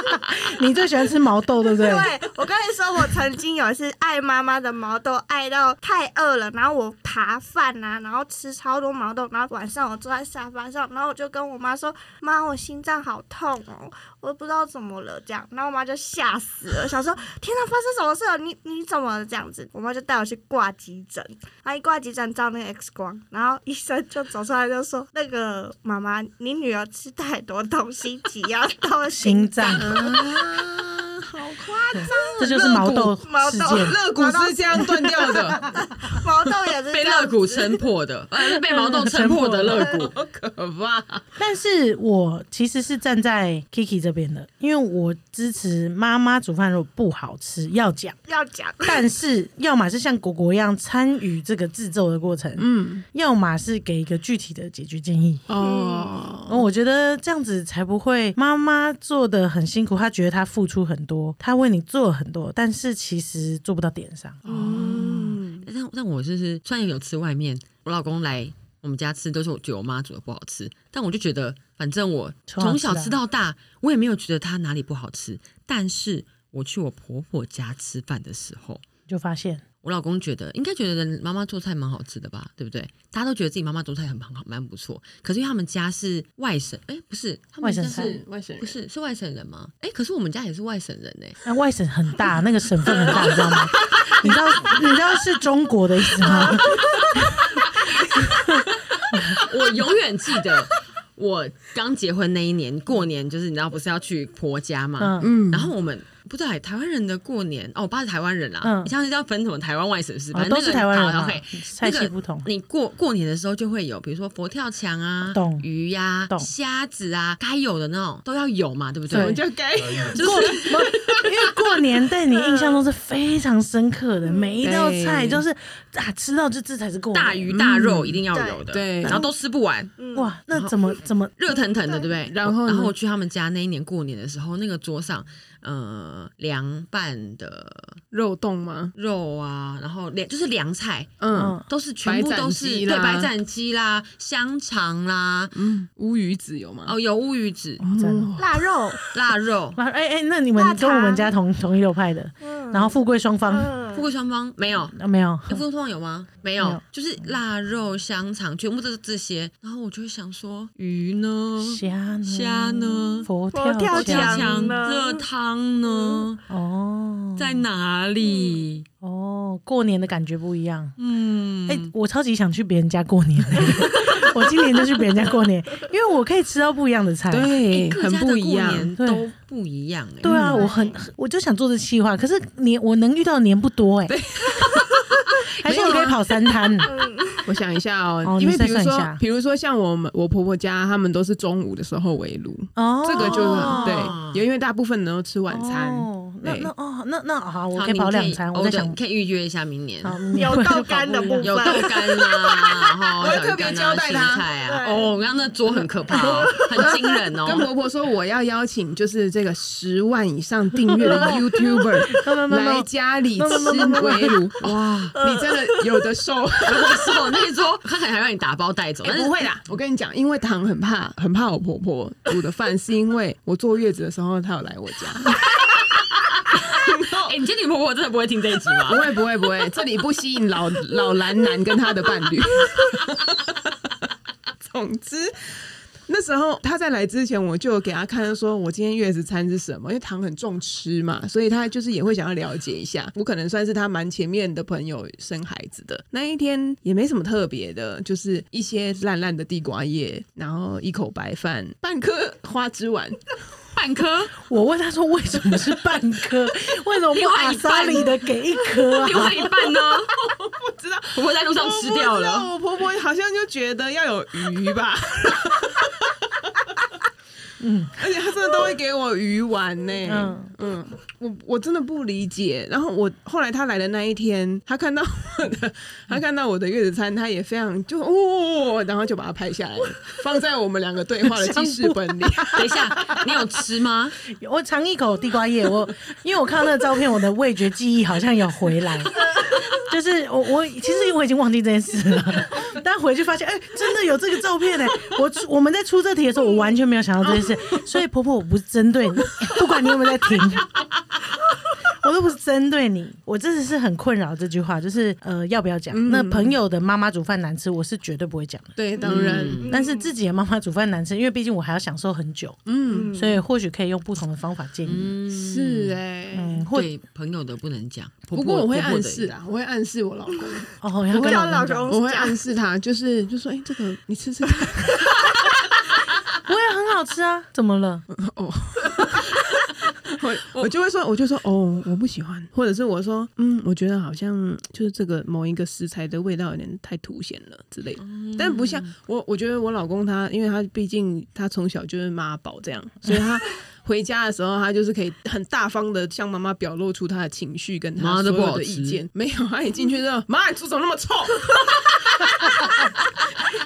Speaker 2: 你最喜欢吃毛豆，对不对？
Speaker 4: 对，我跟你说，我曾经有一次爱妈妈的毛豆，爱到太饿了，然后我扒饭啊，然后吃超多毛豆，然后晚上我坐在沙发上，然后我就跟我妈说：“妈，我心脏好痛哦，我不知道怎么了。”这样，哦然后我妈就吓死了，想说：“天哪，发生什么事了？你你怎么了？”这样子，哦我妈就带我去挂急诊，她一挂急诊照那个 X 光，然后医生就走出来就说：“那个妈 妈，你女儿吃太多东西，挤压到
Speaker 1: 啊
Speaker 2: 心脏。
Speaker 4: 好夸张！
Speaker 2: 这就是毛豆
Speaker 1: 肋
Speaker 4: 毛
Speaker 2: 事
Speaker 4: 豆
Speaker 2: 件。
Speaker 1: 肋骨是这样断掉 的，
Speaker 4: 毛豆也是
Speaker 3: 被
Speaker 4: 这样
Speaker 3: 肋骨
Speaker 4: 子
Speaker 3: 撑破的，呃，被毛豆撑破的肋 骨。
Speaker 1: 好可怕！
Speaker 2: 但是我其实是站在 Kiki 这边的，因为我支持妈妈煮饭如果不好吃要 讲，
Speaker 4: 要讲，
Speaker 2: 但是要么是像果果一样参与这个制作的过程，
Speaker 1: 嗯，
Speaker 2: 要么是给一个具体的解决建议。
Speaker 1: 哦，
Speaker 2: 我觉得这样子才不会，妈妈做的很辛苦，她觉得她付出很多，她为你做了很多，但是其实做不到点上。
Speaker 1: 嗯，
Speaker 3: 但但我就是虽然有吃外面，我老公来我们家吃，都是我觉得我妈煮的不好吃，但我就觉得反正我
Speaker 2: 从小
Speaker 3: 从小
Speaker 2: 吃
Speaker 3: 吃到大，我也没有觉得她哪里不好吃。但是我去我婆婆家吃饭的时候，
Speaker 2: 就发现
Speaker 3: 我老公觉得应该觉得妈妈做菜蛮好吃的吧，对不对？大家都觉得自己妈妈做菜很很好，蛮不错。可是因为他们家是外省，哎，不是，他们家
Speaker 2: 外省
Speaker 3: 是
Speaker 1: 是外省
Speaker 3: 不
Speaker 1: 人，
Speaker 3: 是是外省人吗？哎，可是我们家也是外省人呢、
Speaker 2: 那外省很大，那个省份很大，你知道 吗？你知道你知道是中国的意思
Speaker 3: 啊
Speaker 2: 吗？啊
Speaker 3: 我永远记得 我刚结婚那一年过年，就是你知道不是要去婆家嘛，
Speaker 2: 嗯，
Speaker 1: 嗯
Speaker 3: 然后我们不知道台湾人的过年哦，我爸是台湾人啦，
Speaker 2: 嗯
Speaker 3: 你像是要分什么台湾外省市，
Speaker 2: 哦
Speaker 3: 反正
Speaker 2: 都
Speaker 3: 那个
Speaker 2: 是台湾人
Speaker 3: 好
Speaker 2: 嘛
Speaker 3: ，OK，，
Speaker 2: 菜系不同。
Speaker 3: 你过过年的时候就会有，比如说佛跳墙啊
Speaker 2: 懂、
Speaker 3: 鱼呀、
Speaker 2: 懂
Speaker 3: 虾子啊，该有的那种都要有嘛，对不
Speaker 1: 我
Speaker 3: 对？
Speaker 1: 们就该
Speaker 2: 过，因为过年在你印象中是非常深刻的，每一道菜
Speaker 1: 对
Speaker 2: 就是啊，吃到这这才是过年
Speaker 3: 大鱼大肉
Speaker 2: 嗯
Speaker 3: 一定要有的，
Speaker 1: 对对
Speaker 3: 然后都吃不完。
Speaker 4: 嗯，
Speaker 2: 哇，那怎么怎么
Speaker 3: 热腾腾的，对不对？
Speaker 1: 然后呢
Speaker 3: 然后我去他们家那一年过年的时候，那个桌上，呃，凉拌的
Speaker 1: 肉冻吗？
Speaker 3: 肉啊，然后凉就是凉菜，
Speaker 1: 嗯
Speaker 2: 嗯
Speaker 3: 都是全部都
Speaker 1: 白斩
Speaker 3: 是
Speaker 1: 鸡
Speaker 3: 对
Speaker 1: 啦
Speaker 3: 白斩鸡啦、香肠啦，
Speaker 1: 嗯，乌鱼子有吗？
Speaker 3: 哦，有乌鱼子、
Speaker 2: 赞哦
Speaker 1: 哦，
Speaker 4: 腊肉，
Speaker 3: 腊肉，
Speaker 2: 然后哎哎，那你们
Speaker 4: 大
Speaker 2: 跟我们
Speaker 4: 肠
Speaker 2: 家同同一流派的，
Speaker 4: 嗯
Speaker 2: 然后富贵双方
Speaker 4: 嗯
Speaker 3: 富贵双方没有。
Speaker 2: 啊没有
Speaker 3: 哎，富贵双方有吗？没
Speaker 2: 没
Speaker 3: 有
Speaker 2: 有，
Speaker 3: 就是腊肉、香肠，全部都是这些。然后我就会想说，鱼呢？
Speaker 2: 虾呢
Speaker 3: 虾呢
Speaker 2: 佛
Speaker 4: 佛
Speaker 2: 跳
Speaker 4: 跳
Speaker 3: 加
Speaker 2: 墙
Speaker 4: 墙
Speaker 3: 强
Speaker 4: 呢
Speaker 3: 热汤呢？
Speaker 2: 哦，
Speaker 3: 在哪里？
Speaker 2: 哦，过年的感觉不一样。
Speaker 3: 嗯，
Speaker 2: 哎、我超级想去别人家过年的， 我今年就去别人家过年，因为我可以吃到不一样的菜。
Speaker 1: 对，
Speaker 3: 哎各
Speaker 1: 很
Speaker 3: 家的
Speaker 1: 不一
Speaker 3: 过
Speaker 1: 样。
Speaker 3: 年都不一样哎。
Speaker 2: 对啊，
Speaker 4: 嗯
Speaker 2: 我很我就想做这计划，可是年我能遇到的年不多哎、还是我可以跑三摊，
Speaker 4: 嗯
Speaker 1: 我想一下
Speaker 2: 哦
Speaker 1: 哦，
Speaker 2: 你
Speaker 1: 因为比如
Speaker 2: 再算一
Speaker 1: 说
Speaker 2: 下，
Speaker 1: 比如说像我们我婆婆家，他们都是中午的时候围炉，
Speaker 2: 哦，
Speaker 1: 这个就是
Speaker 3: 哦
Speaker 1: 对，因为大部分人都吃晚餐。
Speaker 2: 哦、那
Speaker 1: 对
Speaker 2: 那哦，那那好，我
Speaker 3: 好
Speaker 2: 可以跑
Speaker 3: 你
Speaker 2: 两餐，我在
Speaker 3: 哦对
Speaker 2: 想
Speaker 3: 你，可以预约一下明年。
Speaker 2: 好
Speaker 4: 有豆干的部分，
Speaker 3: 有豆干啦，然后
Speaker 1: 我会特别交代他
Speaker 3: 小鱼干啊青菜啊。
Speaker 4: 对
Speaker 3: 哦，我刚刚那桌很可怕哦，很惊人
Speaker 1: 跟
Speaker 3: 哦。
Speaker 1: 婆婆说，我要邀请就是这个十万以上订 阅的 YouTuber
Speaker 2: 没有没有没有没
Speaker 1: 来
Speaker 2: 有
Speaker 1: 家里吃围炉。
Speaker 3: 哇，
Speaker 1: 你真的有的受，
Speaker 3: 我说那一桌，他可能还让你打包带走，但是
Speaker 1: 不会啦。我跟你讲，因为糖很怕，很怕我婆婆煮的饭，是因为我坐月子的时候她有来我家。
Speaker 3: 哎，你今天女婆婆真的不会听这一集吗
Speaker 1: 不？会不会不会，这里不吸引老老蓝男跟他的伴侣。 总之。那时候他在来之前，我就有给他看，说我今天月子餐是什么，因为糖很重吃嘛，所以他就是也会想要了解一下。我可能算是他蛮前面的朋友生孩子的那一天，也没什么特别的，就是一些烂烂的地瓜叶，然后一口白饭，半颗花枝丸，
Speaker 3: 半颗，
Speaker 2: 我问他说为什么是半颗，为什么不阿萨里的给一颗
Speaker 3: 另
Speaker 2: 啊
Speaker 3: 外？一半呢？
Speaker 1: 不知道
Speaker 3: 婆婆在路上吃
Speaker 1: 我
Speaker 3: 掉了。
Speaker 1: 不知道我婆婆好像就觉得要有鱼 吧。嗯，而且她真的都会给我鱼丸呢、
Speaker 2: 嗯
Speaker 1: 嗯我我真的不理解。然后我后来她来的那一天，她看到我的，她看到我的月子餐，她也非常就哦，然后就把它拍下来，放在我们两个对话的记事本 里。
Speaker 3: 等一下，你有吃吗？
Speaker 2: 我尝一口地瓜叶，我因为我看到那个照片，我的味觉记忆好像有回来， 就是我我其实我已经忘记这件事了，但回去发现哎、真的有这个照片哎、我出我们在出这题的时候，我完全没有想到这件事，所以婆婆我不是针对你，不管你有没有在听。 我都不是针对你，我真的是很困扰这句话，就是呃要不要讲？那朋友的妈妈煮饭难吃，我是绝对不会讲的。
Speaker 1: 对，当然，
Speaker 4: 嗯
Speaker 2: 但是自己的妈妈煮饭难吃，因为毕竟我还要享受很久，
Speaker 1: 嗯，
Speaker 4: 嗯
Speaker 2: 所以或许可以用不同的方法建议。
Speaker 1: 是哎、
Speaker 2: 嗯，或
Speaker 3: 对朋友的不能讲，婆
Speaker 1: 不
Speaker 3: 婆
Speaker 1: 过我会
Speaker 3: 婆婆
Speaker 1: 暗
Speaker 3: 的
Speaker 1: 示啊，我会暗示我老公，
Speaker 2: 哦，要跟
Speaker 4: 叫
Speaker 2: 老
Speaker 4: 老
Speaker 2: 公
Speaker 4: 公
Speaker 1: 我会
Speaker 4: 讲
Speaker 1: 暗示他，就是就说，哎、这个你吃吃看。
Speaker 2: 啊讲，我也很好吃啊，怎么了？
Speaker 1: 哦， 我我就会说，我就说哦，我不喜欢，或者是我说嗯，我觉得好像就是这个某一个食材的味道有点太凸显了之类的，
Speaker 3: 嗯
Speaker 1: 但不像我，我觉得我老公他，因为他毕竟他从小就是妈宝这样，所以 他回家的时候，他就是可以很大方的向妈妈表露出他的情绪跟他
Speaker 3: 妈
Speaker 1: 所
Speaker 3: 这不
Speaker 1: 有
Speaker 3: 好
Speaker 1: 的
Speaker 3: 吃
Speaker 1: 意见。没有，他一进去之 后，妈，你厨怎么那么臭？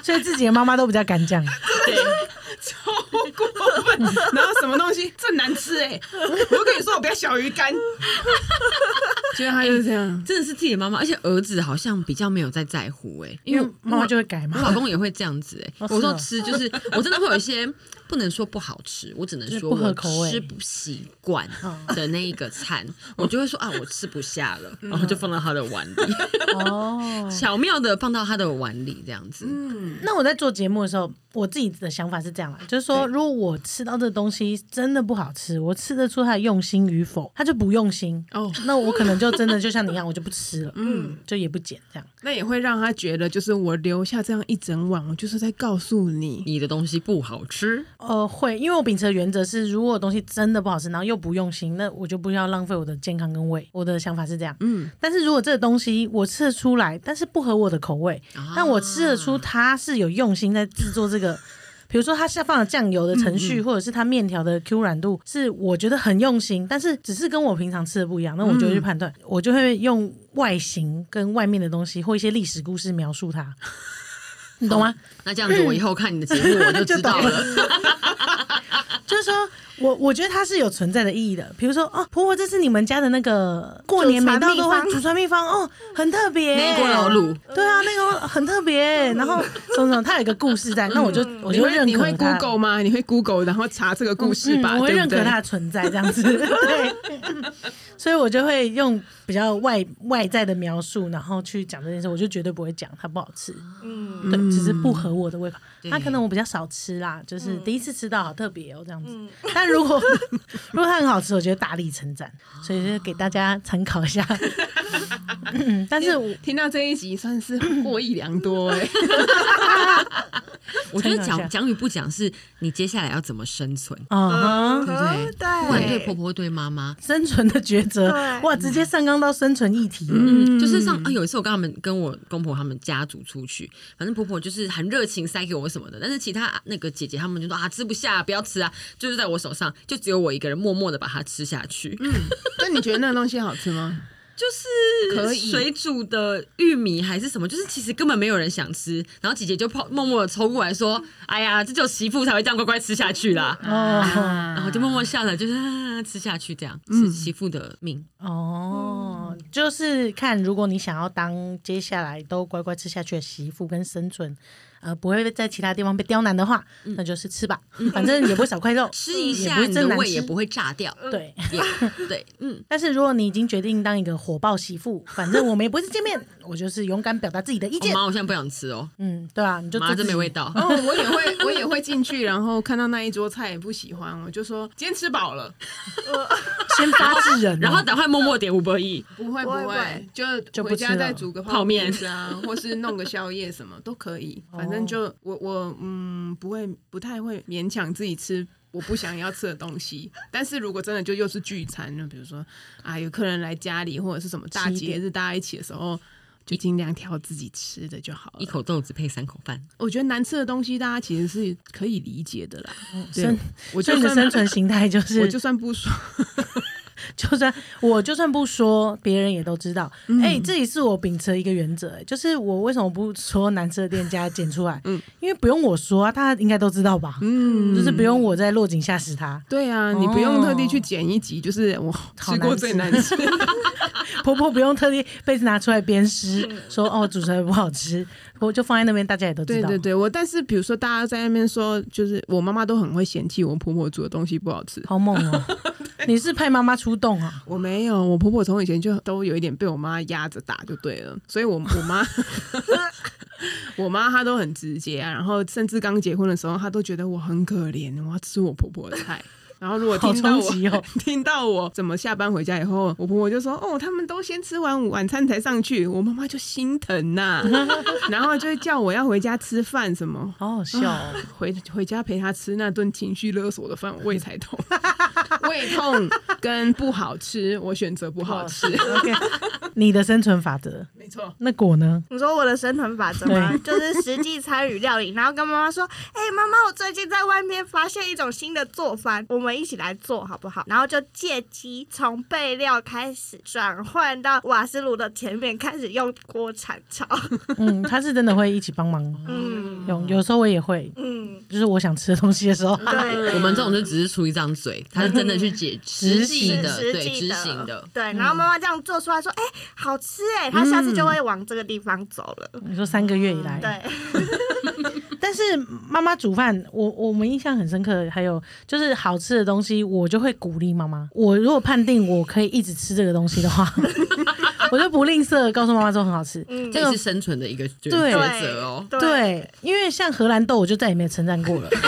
Speaker 2: 所以自己的妈妈都比较敢讲。
Speaker 1: 超过分， 然后什么东西这难吃哎、 我跟你说，我不要小鱼干， 觉得他就是这样。
Speaker 3: 真的是自己的妈妈，而且儿子好像比较没有在在乎哎、因
Speaker 2: 因
Speaker 3: 为
Speaker 2: 为妈妈就会改
Speaker 3: 我
Speaker 2: 嘛
Speaker 3: 老，公也会这样子哎、
Speaker 2: 嗯哦是哦
Speaker 3: 我说吃就是我真的会有一些不能说不好吃，我只能
Speaker 2: 就是
Speaker 3: 说
Speaker 2: 不合
Speaker 3: 我
Speaker 2: 口味
Speaker 3: 吃不习惯的那一个餐，我就会说啊我吃不下了，然后就放到他的碗里，
Speaker 2: 哦，
Speaker 3: 巧妙的放到他的碗里这样子。
Speaker 2: 那我在做节目的时候，我自己的想法是这样啦，就是说，如果我吃到这东西真的不好吃，我吃得出它的用心与否，它就不用心，
Speaker 1: 哦，
Speaker 2: 那我可能就真的就像你一样，我就不吃了，嗯，就也不减这样。
Speaker 1: 那也会让他觉得，就是我留下这样一整晚，我就是在告诉你，
Speaker 3: 你的东西不好吃，
Speaker 2: 呃，会，因为我秉持的原则是，如果东西真的不好吃，然后又不用心，那我就不要浪费我的健康跟胃。我的想法是这样，嗯。但是如果这个东西我吃得出来，但是不合我的口味，但我吃得出它是有用心在制作这个。比如说，它下放了酱油的程序，或者是它面条的 Q 软度，是我觉得很用心，但是只是跟我平常吃的不一样，那我就会去判断，我就会用外形跟外面的东西或一些历史故事描述它，你懂吗？
Speaker 3: 那这样子我以后看你的节目我就知道
Speaker 2: 就
Speaker 3: 了。
Speaker 2: 就是说我我觉得它是有存在的意义的。比如说，哦，婆婆，这是你们家的那个过年每道都会祖传秘方哦，很特别。
Speaker 3: 那一锅老卤，
Speaker 2: 对啊，那个很特别。然后什么什么，它有一个故事在，那我就我
Speaker 1: 嗯你
Speaker 2: 就
Speaker 1: 会
Speaker 2: 认
Speaker 1: 你
Speaker 2: 可
Speaker 1: 会
Speaker 2: 它。
Speaker 1: Google 吗？你会 Google 然后查这个故事吧，
Speaker 2: 嗯我会
Speaker 1: 对
Speaker 2: 认
Speaker 1: 不对
Speaker 2: 可它的存在，这样子。 对，所以我就会用比较外外在的描述，然后去讲这件事，我就绝对不会讲它不好吃。
Speaker 4: 嗯
Speaker 2: 对，只是不合我的胃口。
Speaker 3: 对
Speaker 2: 那可能我比较少吃啦，就是第一次吃到好特别哦，这样子。
Speaker 4: 嗯
Speaker 2: 但如果如果它很好吃，我觉得大力称赞，所以就给大家参考一下。 嗯但是我
Speaker 1: 听到这一集算是获益良多 哎、
Speaker 3: 我觉得
Speaker 2: 参考一下
Speaker 3: 讲讲与不讲是你接下来要怎么生存，
Speaker 2: 啊哈，
Speaker 3: 对不不管对嗯
Speaker 4: 嗯对
Speaker 3: 婆婆对妈妈，
Speaker 2: 生存的抉择，
Speaker 4: 对
Speaker 2: 哇，直接上纲到生存议题。
Speaker 3: 嗯，就是上啊，有一次我跟他们跟我公婆他们家族出去，反正婆婆就是很热情塞给我什么的，但是其他那个姐姐他们就说啊吃不下，不要吃啊，就是在我手上，就只有我一个人默默的把它吃下去，
Speaker 1: 嗯那你觉得那个东西好吃吗？
Speaker 3: 就是
Speaker 1: 可以
Speaker 3: 水煮的玉米还是什么，就是其实根本没有人想吃，然后姐姐就泡默默的凑过来说，哎呀，这就媳妇才会这样乖乖吃下去啦，
Speaker 2: 哦
Speaker 1: 啊
Speaker 3: 然 后就默默笑了，就是、 啊、吃下去这样，
Speaker 2: 嗯
Speaker 3: 是媳妇的命，
Speaker 2: 哦，就是看如果你想要当接下来都乖乖吃下去的媳妇跟生存，呃，不会在其他地方被刁难的话，那就是吃吧，反正也不会少块肉，
Speaker 3: 吃一
Speaker 2: 嗯也
Speaker 3: 下
Speaker 2: 不会
Speaker 3: 你
Speaker 2: 真
Speaker 3: 的
Speaker 2: 难
Speaker 3: 胃
Speaker 2: 吃
Speaker 3: 也不会 炸掉，
Speaker 2: 对。
Speaker 3: 也对，嗯。
Speaker 2: 但是如果你已经决定当一个火爆媳妇，反正我们也不是见面，我就是勇敢表达自己的意
Speaker 3: 我
Speaker 2: 见。
Speaker 3: 妈，我现在不想吃哦，
Speaker 2: 嗯，对啊，你就
Speaker 3: 妈
Speaker 2: 自
Speaker 3: 这
Speaker 2: 己
Speaker 3: 没味。道。
Speaker 1: 哦，我也会，我也会进去，然后看到那一桌菜也不喜欢，我就说今天吃饱了，
Speaker 2: 先发制人啊，
Speaker 3: 然后赶快默默点五百亿，
Speaker 1: 不会
Speaker 4: 不会
Speaker 1: 不
Speaker 4: 不
Speaker 1: 会
Speaker 4: 会，
Speaker 1: 就
Speaker 2: 就不
Speaker 1: 回家
Speaker 2: 吃
Speaker 1: 再
Speaker 2: 了
Speaker 1: 煮个
Speaker 3: 泡面
Speaker 1: 子啊，或是弄个宵夜什么都可以，反正就
Speaker 2: 哦
Speaker 1: 我我嗯不会不太会勉强自己吃。我不想要吃的东西，但是如果真的就又是聚餐，就比如说啊，有客人来家里或者是什么大
Speaker 2: 吃一
Speaker 1: 节日，大家一起的时候，就尽量挑自己吃的就好了。
Speaker 3: 一口豆子配三口饭，
Speaker 1: 我觉得难吃的东西，大家其实是可以理解的啦。对
Speaker 2: 哦生，
Speaker 1: 我
Speaker 2: 所以
Speaker 1: 就
Speaker 2: 你的生
Speaker 1: 算
Speaker 2: 存形态就是，
Speaker 1: 我就算不说，
Speaker 2: 就算我就算不说，别人也都知道。
Speaker 3: 嗯
Speaker 2: 哎、这也是我秉持的一个原则、哎就是我为什么不说难吃的店家剪出 来？
Speaker 3: 嗯
Speaker 2: 因为不用我说啊，大家应该都知道吧？
Speaker 1: 嗯，
Speaker 2: 就是不用我在落井下石他。
Speaker 1: 对啊，你不用特地去剪一集，就是我
Speaker 2: 哦好
Speaker 1: 吃过
Speaker 2: 难
Speaker 1: 最
Speaker 2: 吃
Speaker 1: 难吃。
Speaker 2: 婆婆不用特地被拿出来鞭尸，说哦煮出来不好吃，我就放在那边，大家也都知
Speaker 1: 对
Speaker 2: 道。
Speaker 1: 对对，我但是比如说大家在那边说，就是我妈妈都很会嫌弃我婆婆煮的东西不好吃。
Speaker 2: 好猛 哦、你是派妈妈出动啊？
Speaker 1: 我没有，我婆婆从以前就都有一点被我妈压着打就对了，所以我我妈 我妈她都很直接啊，然后甚至刚结婚的时候，她都觉得我很可怜，我要吃我婆婆的菜。然后如果
Speaker 2: 好
Speaker 1: 听到
Speaker 2: 冲
Speaker 1: 我、
Speaker 2: 击哦！
Speaker 1: 听到我怎么下班回家以后，我婆婆就说：“哦，他们都先吃完晚餐才上去。”我妈妈就心疼呐、然后就会叫我要回家吃饭什么。
Speaker 2: 好好笑 哦！
Speaker 1: 回回家陪她吃那顿情绪勒索的饭，我胃才痛， 胃痛跟不好吃，我选择不好 吃，
Speaker 2: OK，你的生存法则，
Speaker 1: 哦没错。
Speaker 2: 那果呢？
Speaker 4: 你说我的生存法则吗？就是实际参与料理，然后跟妈妈说：“哎、妈妈，我最近在外面发现一种新的做法，我们一起来做好不好？”然后就借机从备料开始转换到瓦斯炉的前面，开始用锅铲炒。
Speaker 2: 嗯，他是真的会一起帮忙，
Speaker 4: 嗯
Speaker 2: 有有时候我也会，
Speaker 4: 嗯，
Speaker 2: 就是我想吃的东西的时候，
Speaker 4: 对。
Speaker 3: 我们这种就只是出一张嘴，他是真的去解实际
Speaker 2: 嗯行
Speaker 3: 的，
Speaker 4: 是
Speaker 3: 对
Speaker 4: 实际
Speaker 3: 执行的。
Speaker 4: 对，然后妈妈这样做出来说：“哎、好吃哎！”她下次就会往这个地方走了。
Speaker 1: 嗯
Speaker 2: 你说三个月以来，
Speaker 4: 对，
Speaker 2: 但是妈妈煮饭，我我们印象很深刻，还有就是好吃的东西，我就会鼓励妈妈。我如果判定我可以一直吃这个东西的话， 我就不吝啬告诉妈妈说很好吃。
Speaker 4: 嗯，
Speaker 3: 这也是生存的一个抉
Speaker 2: 对
Speaker 3: 抉择哦。
Speaker 4: 对
Speaker 2: 对，因为像荷兰豆，我就再也没有称赞过了。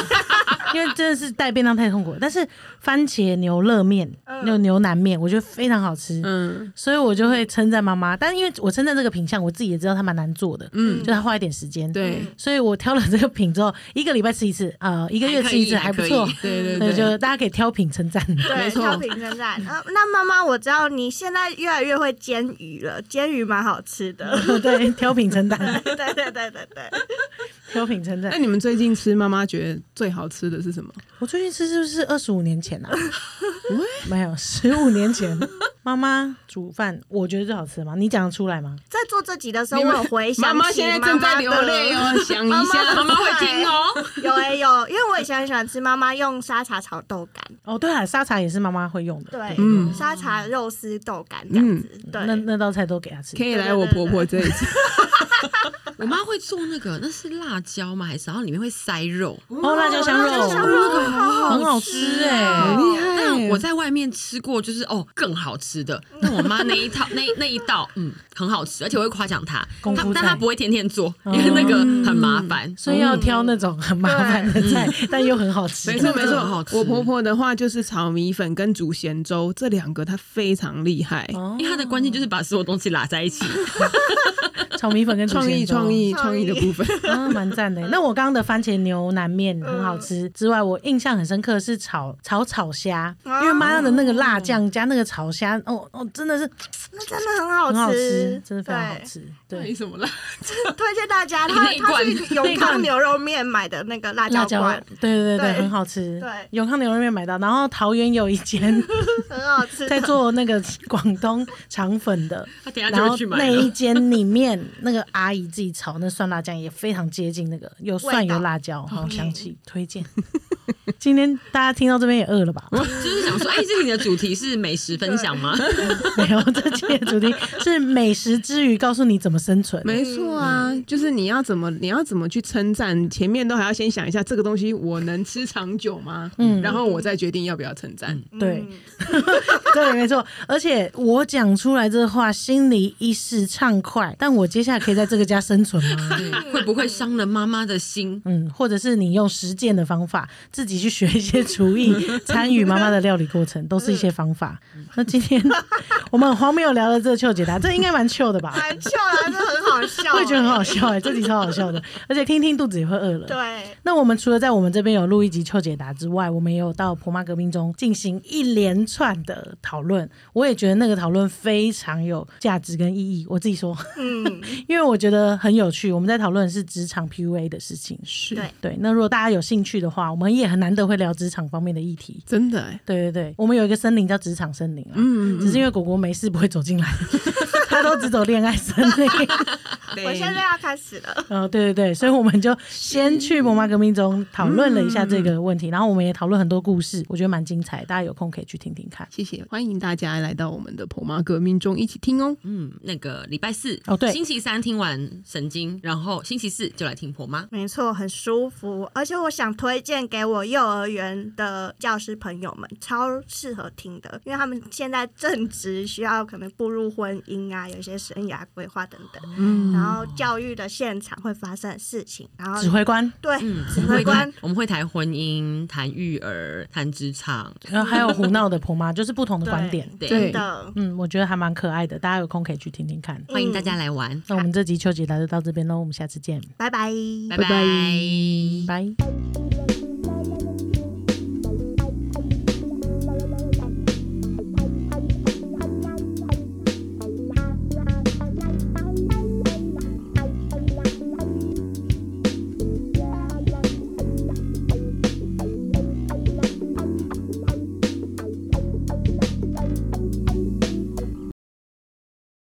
Speaker 2: 因为真的是带便当太痛苦了，但是番茄牛肋面、
Speaker 3: 嗯
Speaker 2: 牛牛腩面，我觉得非常好吃，
Speaker 1: 嗯，
Speaker 2: 所以我就会称赞妈妈。但因为我称赞这个品相，我自己也知道它蛮难做的，嗯，就它花一点时间，
Speaker 1: 对，
Speaker 2: 所以我挑了这个品之后， 一个礼拜吃一次，呃，一个月吃一次，还
Speaker 3: 还
Speaker 2: 不
Speaker 3: 可以
Speaker 2: 错
Speaker 3: 还可。
Speaker 1: 对
Speaker 2: 那
Speaker 1: 对对，
Speaker 2: 就大家可以挑品称赞。
Speaker 4: 对，
Speaker 1: 没错
Speaker 4: 挑评称赞。呃那妈妈，我知道你现在越来越会煎鱼了，煎鱼蛮好 吃的。
Speaker 2: 对，挑品称 赞，
Speaker 4: 对对对对对，
Speaker 2: 挑品称
Speaker 1: 那
Speaker 2: 赞。
Speaker 1: 你们最近吃妈妈觉得最好吃的是什么？
Speaker 2: 我最近吃是不是二十五年前啊？没有，十五年前，妈妈煮饭，我觉得最好吃的嘛，你讲得出来吗？
Speaker 4: 在做这集的时候，
Speaker 1: 你
Speaker 4: 我
Speaker 1: 们
Speaker 4: 有回想
Speaker 1: 妈
Speaker 4: 起
Speaker 1: 妈现在正在
Speaker 4: 妈
Speaker 1: 流
Speaker 4: 的
Speaker 1: 泪。哦，想一
Speaker 4: 妈妈
Speaker 1: 下，
Speaker 4: 的
Speaker 3: 妈妈会听哦，
Speaker 4: 有哎、有，因为我以前很喜欢吃妈妈用沙茶炒豆干，
Speaker 2: 哦，对了，沙茶也是妈妈会用的。
Speaker 4: 对，
Speaker 1: 嗯
Speaker 4: 沙茶肉丝豆干这样子，对，
Speaker 2: 那那道菜都给她吃
Speaker 1: 可。以来我婆婆这里吃。
Speaker 3: 我妈会做那个，那是辣椒吗？还是然后里面会塞肉？
Speaker 2: 哦，辣椒香肉，
Speaker 4: 香肉哦好
Speaker 2: 很
Speaker 4: 好
Speaker 2: 好吃
Speaker 4: 哦
Speaker 2: 哎。
Speaker 1: 很厉害
Speaker 3: 但我在外面吃过，就是哦更好吃的。
Speaker 2: 嗯
Speaker 3: 但我妈那一套 那那一道，嗯，很好吃，而且我会夸奖她。
Speaker 2: 功
Speaker 3: 她
Speaker 2: 夫
Speaker 3: 但
Speaker 2: 菜嗯
Speaker 3: 她不会天天做，因为那个很麻烦。
Speaker 2: 所以要挑那种很麻烦的菜，但又很好吃。
Speaker 1: 没错没
Speaker 3: 真的很好
Speaker 1: 错，
Speaker 3: 吃
Speaker 1: 我婆婆的话就是炒米粉跟煮咸粥这两个，她非常厉害，
Speaker 2: 哦
Speaker 3: 因为她的关键就是把所有东西拉在一起，
Speaker 2: 嗯炒米粉跟
Speaker 1: 创意创意创意的部分。
Speaker 2: 啊，蛮赞的。那我刚刚的番茄牛腩面很好吃之外，我印象很深刻的是炒炒炒虾，因为妈妈的那个辣酱加那个炒虾，哦哦，真的是
Speaker 4: 那真的很好
Speaker 2: 很好
Speaker 4: 吃
Speaker 2: 吃，，真的非常好吃。
Speaker 1: 没
Speaker 2: 对，
Speaker 1: 什么啦，
Speaker 4: 对。推荐 大家，
Speaker 3: 那
Speaker 4: 它
Speaker 3: 一
Speaker 4: 它
Speaker 3: 罐啊
Speaker 4: 是永康牛肉面买的那个辣
Speaker 2: 辣
Speaker 4: 椒
Speaker 2: 椒
Speaker 4: 罐，，
Speaker 2: 对对对对，
Speaker 4: 对
Speaker 2: 很好吃。
Speaker 4: 对
Speaker 2: 永康牛肉面买到，然后桃园有一间
Speaker 4: 很好吃。
Speaker 2: 在做那个广东肠粉的，
Speaker 3: 她等一下
Speaker 2: 然
Speaker 3: 就
Speaker 2: 后
Speaker 3: 会去买
Speaker 2: 那一
Speaker 3: 了。
Speaker 2: 间里面那个阿姨自己炒那蒜辣酱也非常接近那个，有蒜
Speaker 4: 味道
Speaker 2: 有辣椒，好香气，推荐。 今天大家听到这边也饿了吧？
Speaker 3: 就是想说，哎、这里的主题是美食分享吗？
Speaker 2: 没有，这期的主题是美食之余，告诉你怎么生存。
Speaker 1: 没错啊，就是你要怎么你要怎么去称赞，前面都还要先想一下这个东西我能吃长久吗？嗯，然后我再决定要不要称赞。
Speaker 4: 嗯
Speaker 2: 对， 对，没错。而且我讲出来这话，心里一时畅快，但我接下来可以在这个家生存吗？
Speaker 3: 会不会伤了妈妈的心？
Speaker 2: 嗯，或者是你用实践的方法，自己去学一些厨艺，参与妈妈的料理过程，都是一些方法。那今天我们很荒谬聊了这个糗解答，这应该蛮糗的 吧？
Speaker 4: 蛮笑的，这很好笑，
Speaker 2: 我也觉得很好笑哎、这集超好笑的，而且听听肚子也会饿了。
Speaker 4: 对，啊
Speaker 2: 那我们除了在我们这边有录一集秋解答之外，我们也有到婆妈革命中进行一连串的讨论。我也觉得那个讨论非常有价值跟意义。我自己说，
Speaker 4: 嗯，
Speaker 2: 因为我觉得很有趣。我们在讨论的是职场 PUA 的事情。
Speaker 1: 是
Speaker 4: 对
Speaker 2: 对，那如果大家有兴趣的话，我们也很难得会聊职场方面的议题。
Speaker 1: 真的欸，
Speaker 2: 对对对，我们有一个森林叫职场森林啊，只是因为果果没事不会走进来， 他都只走恋爱森林。
Speaker 4: 我现在要开始了。
Speaker 2: 嗯、对对对，所以我们就先去魔妈革命中讨论了一下这个问题，然后我们也讨论很多故事，我觉得蛮精彩，大家有空可以去听听看。
Speaker 1: 谢谢，欢迎大家来到我们的婆妈革命中一起听哦。
Speaker 3: 嗯，那个礼拜四
Speaker 2: 哦对
Speaker 3: 星期三听完神经，然后星期四就来听婆妈。
Speaker 4: 没错，很舒服，而且我想推荐给我幼儿园的教师朋友们，超适合听的，因为他们
Speaker 2: 嗯
Speaker 4: 现在正值需要可能步入婚姻啊，有一些生涯规划等等，然后教育的现场会发生的事情，然后
Speaker 2: 指挥官，
Speaker 4: 对
Speaker 3: 嗯，
Speaker 4: 指
Speaker 3: 我们
Speaker 4: 挥
Speaker 3: 会
Speaker 4: 官
Speaker 3: 谈，我们会谈婚姻、谈育儿、谈职场，
Speaker 2: 然呃后还有胡闹的婆妈，就是不同的观点。
Speaker 3: 对，
Speaker 1: 对
Speaker 4: 真的，
Speaker 2: 嗯，我觉得还蛮可爱的，大家有空可以去听听看。
Speaker 3: 欢迎大
Speaker 2: 嗯
Speaker 3: 家来玩，
Speaker 2: 那我
Speaker 4: 嗯
Speaker 2: 们这集秋解答就到这边喽，我们下次见，
Speaker 4: 拜拜，
Speaker 3: 拜
Speaker 1: 拜
Speaker 3: 拜
Speaker 1: 拜
Speaker 2: 拜。